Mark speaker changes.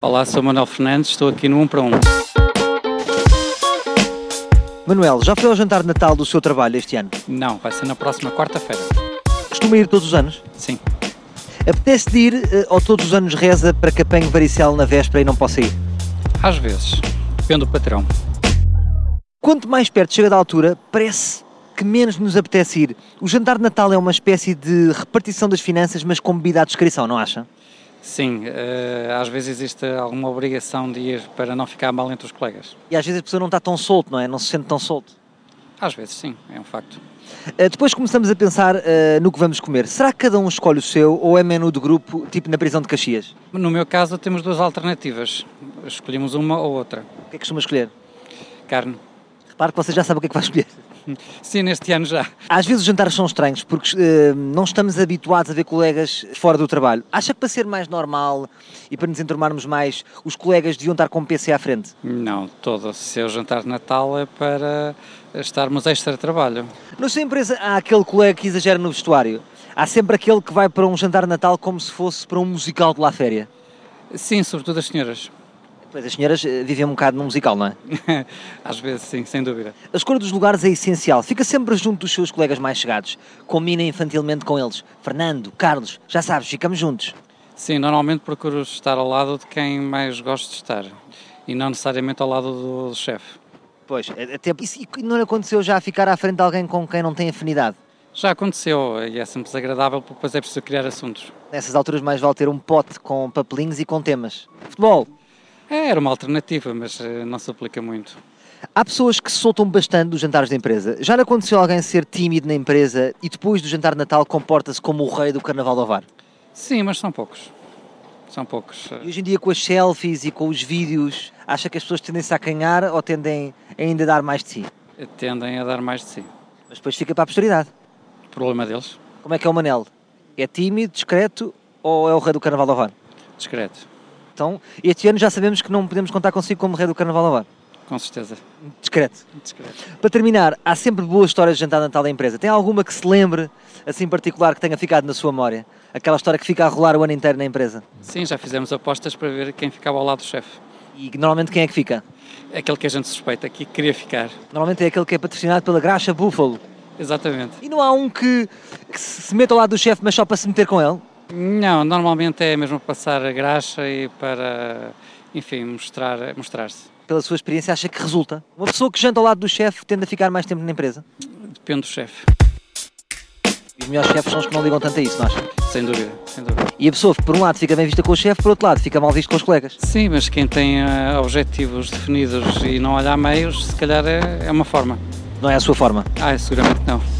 Speaker 1: Olá, sou Manuel Fernandes, estou aqui no 1 para 1.
Speaker 2: Manuel, já foi ao jantar de Natal do seu trabalho este ano?
Speaker 1: Não, vai ser na próxima quarta-feira.
Speaker 2: Costuma ir todos os anos?
Speaker 1: Sim,
Speaker 2: Apetece de ir eh, ou todos os anos reza para Capanho Varicel na véspera e não possa ir?
Speaker 1: às vezes. Depende do patrão.
Speaker 2: Quanto mais perto chega da altura, parece que menos nos apetece ir. O jantar de Natal é uma espécie de repartição das finanças, mas com bebida à descrição, não acha?
Speaker 1: Sim, eh, às vezes existe alguma obrigação de ir para não ficar mal entre os colegas.
Speaker 2: E às vezes a pessoa não está tão solto, não é? Não se sente tão solto.
Speaker 1: Às vezes, sim, é um facto.
Speaker 2: Eh, Depois começamos a pensar eh, no que vamos comer. Será que cada um escolhe o seu ou é menu de grupo, tipo na prisão de Caxias?
Speaker 1: No meu caso, temos duas alternativas. Escolhemos uma ou outra.
Speaker 2: O que é que costuma escolher?
Speaker 1: Carne.
Speaker 2: Repare que você já sabe o que é que vai escolher.
Speaker 1: Sim, neste ano já.
Speaker 2: Às vezes os jantares são estranhos porque eh, não estamos habituados a ver colegas fora do trabalho. Acha que para ser mais normal e para nos enturmarmos mais, os colegas deviam estar com o PC à frente?
Speaker 1: Não, todo o seu jantar de Natal é para estarmos extra trabalho.
Speaker 2: Na sua empresa há aquele colega que exagera no vestuário. Há sempre aquele que vai para um jantar de Natal como se fosse para um musical de lá à féria.
Speaker 1: Sim, sobretudo as senhoras.
Speaker 2: Pois as senhoras eh, vivem um bocado num musical, não é?
Speaker 1: Às vezes, sim, sem dúvida.
Speaker 2: A escolha dos lugares é essencial. Fica sempre junto dos seus colegas mais chegados. Combina infantilmente com eles. Fernando, Carlos, já sabes, ficamos juntos.
Speaker 1: Sim, normalmente procuro estar ao lado de quem mais gosto de estar e não necessariamente ao lado do, chefe.
Speaker 2: Pois, até isso e não lhe aconteceu já ficar à frente de alguém com quem não tem afinidade.
Speaker 1: Já aconteceu e é sempre desagradável porque depois é preciso criar assuntos.
Speaker 2: Nessas alturas mais vale ter um pote com papelinhos e com temas. Futebol.
Speaker 1: É, era uma alternativa, mas eh, não se aplica muito.
Speaker 2: Há pessoas que se soltam bastante dos jantares da empresa. Já lhe aconteceu alguém ser tímido na empresa e depois do jantar de Natal comporta-se como o rei do Carnaval do Ovar?
Speaker 1: Sim, mas são poucos. São poucos.
Speaker 2: E hoje em dia com as selfies e com os vídeos, acha que as pessoas tendem-se a acanhar ou tendem a ainda dar mais de si?
Speaker 1: Eh, Tendem a dar mais de si.
Speaker 2: Mas depois fica para a posteridade.
Speaker 1: Problema deles?
Speaker 2: Como é que é o Manel? É tímido, discreto ou é o rei do Carnaval do Ovar?
Speaker 1: Discreto.
Speaker 2: Então, este ano já sabemos que não podemos contar consigo como rei do Carnaval do Ovar.
Speaker 1: Com certeza.
Speaker 2: Discreto.
Speaker 1: Discreto.
Speaker 2: Para terminar, há sempre boas histórias de jantar de Natal da empresa. Tem alguma que se lembre, assim particular, que tenha ficado na sua memória? Aquela história que fica a rolar o ano inteiro na empresa.
Speaker 1: Sim, já fizemos apostas para ver quem ficava ao lado do chefe.
Speaker 2: E normalmente quem é que fica?
Speaker 1: Aquele que a gente suspeita que queria ficar.
Speaker 2: Normalmente é aquele que é patrocinado pela graxa Buffalo.
Speaker 1: Exatamente.
Speaker 2: E não há um que, que se se meta ao lado do chefe, mas só para se meter com ele?
Speaker 1: Não, normalmente é mesmo passar a graxa e para, enfim, mostrar, mostrar-se.
Speaker 2: Pela sua experiência, acha que resulta? Uma pessoa que janta ao lado do chefe tende a ficar mais tempo na empresa?
Speaker 1: Depende do chefe,
Speaker 2: E os melhores chefes são os que não ligam tanto a isso, não acha?
Speaker 1: sem dúvida, sem dúvida.
Speaker 2: E a pessoa, por um lado, fica bem vista com o chefe, por outro lado, fica mal vista com os colegas.
Speaker 1: Sim, mas quem tem ah, objetivos definidos e não olhar meios, se calhar é, é uma forma.
Speaker 2: Não é a sua forma.
Speaker 1: Ah, seguramente não.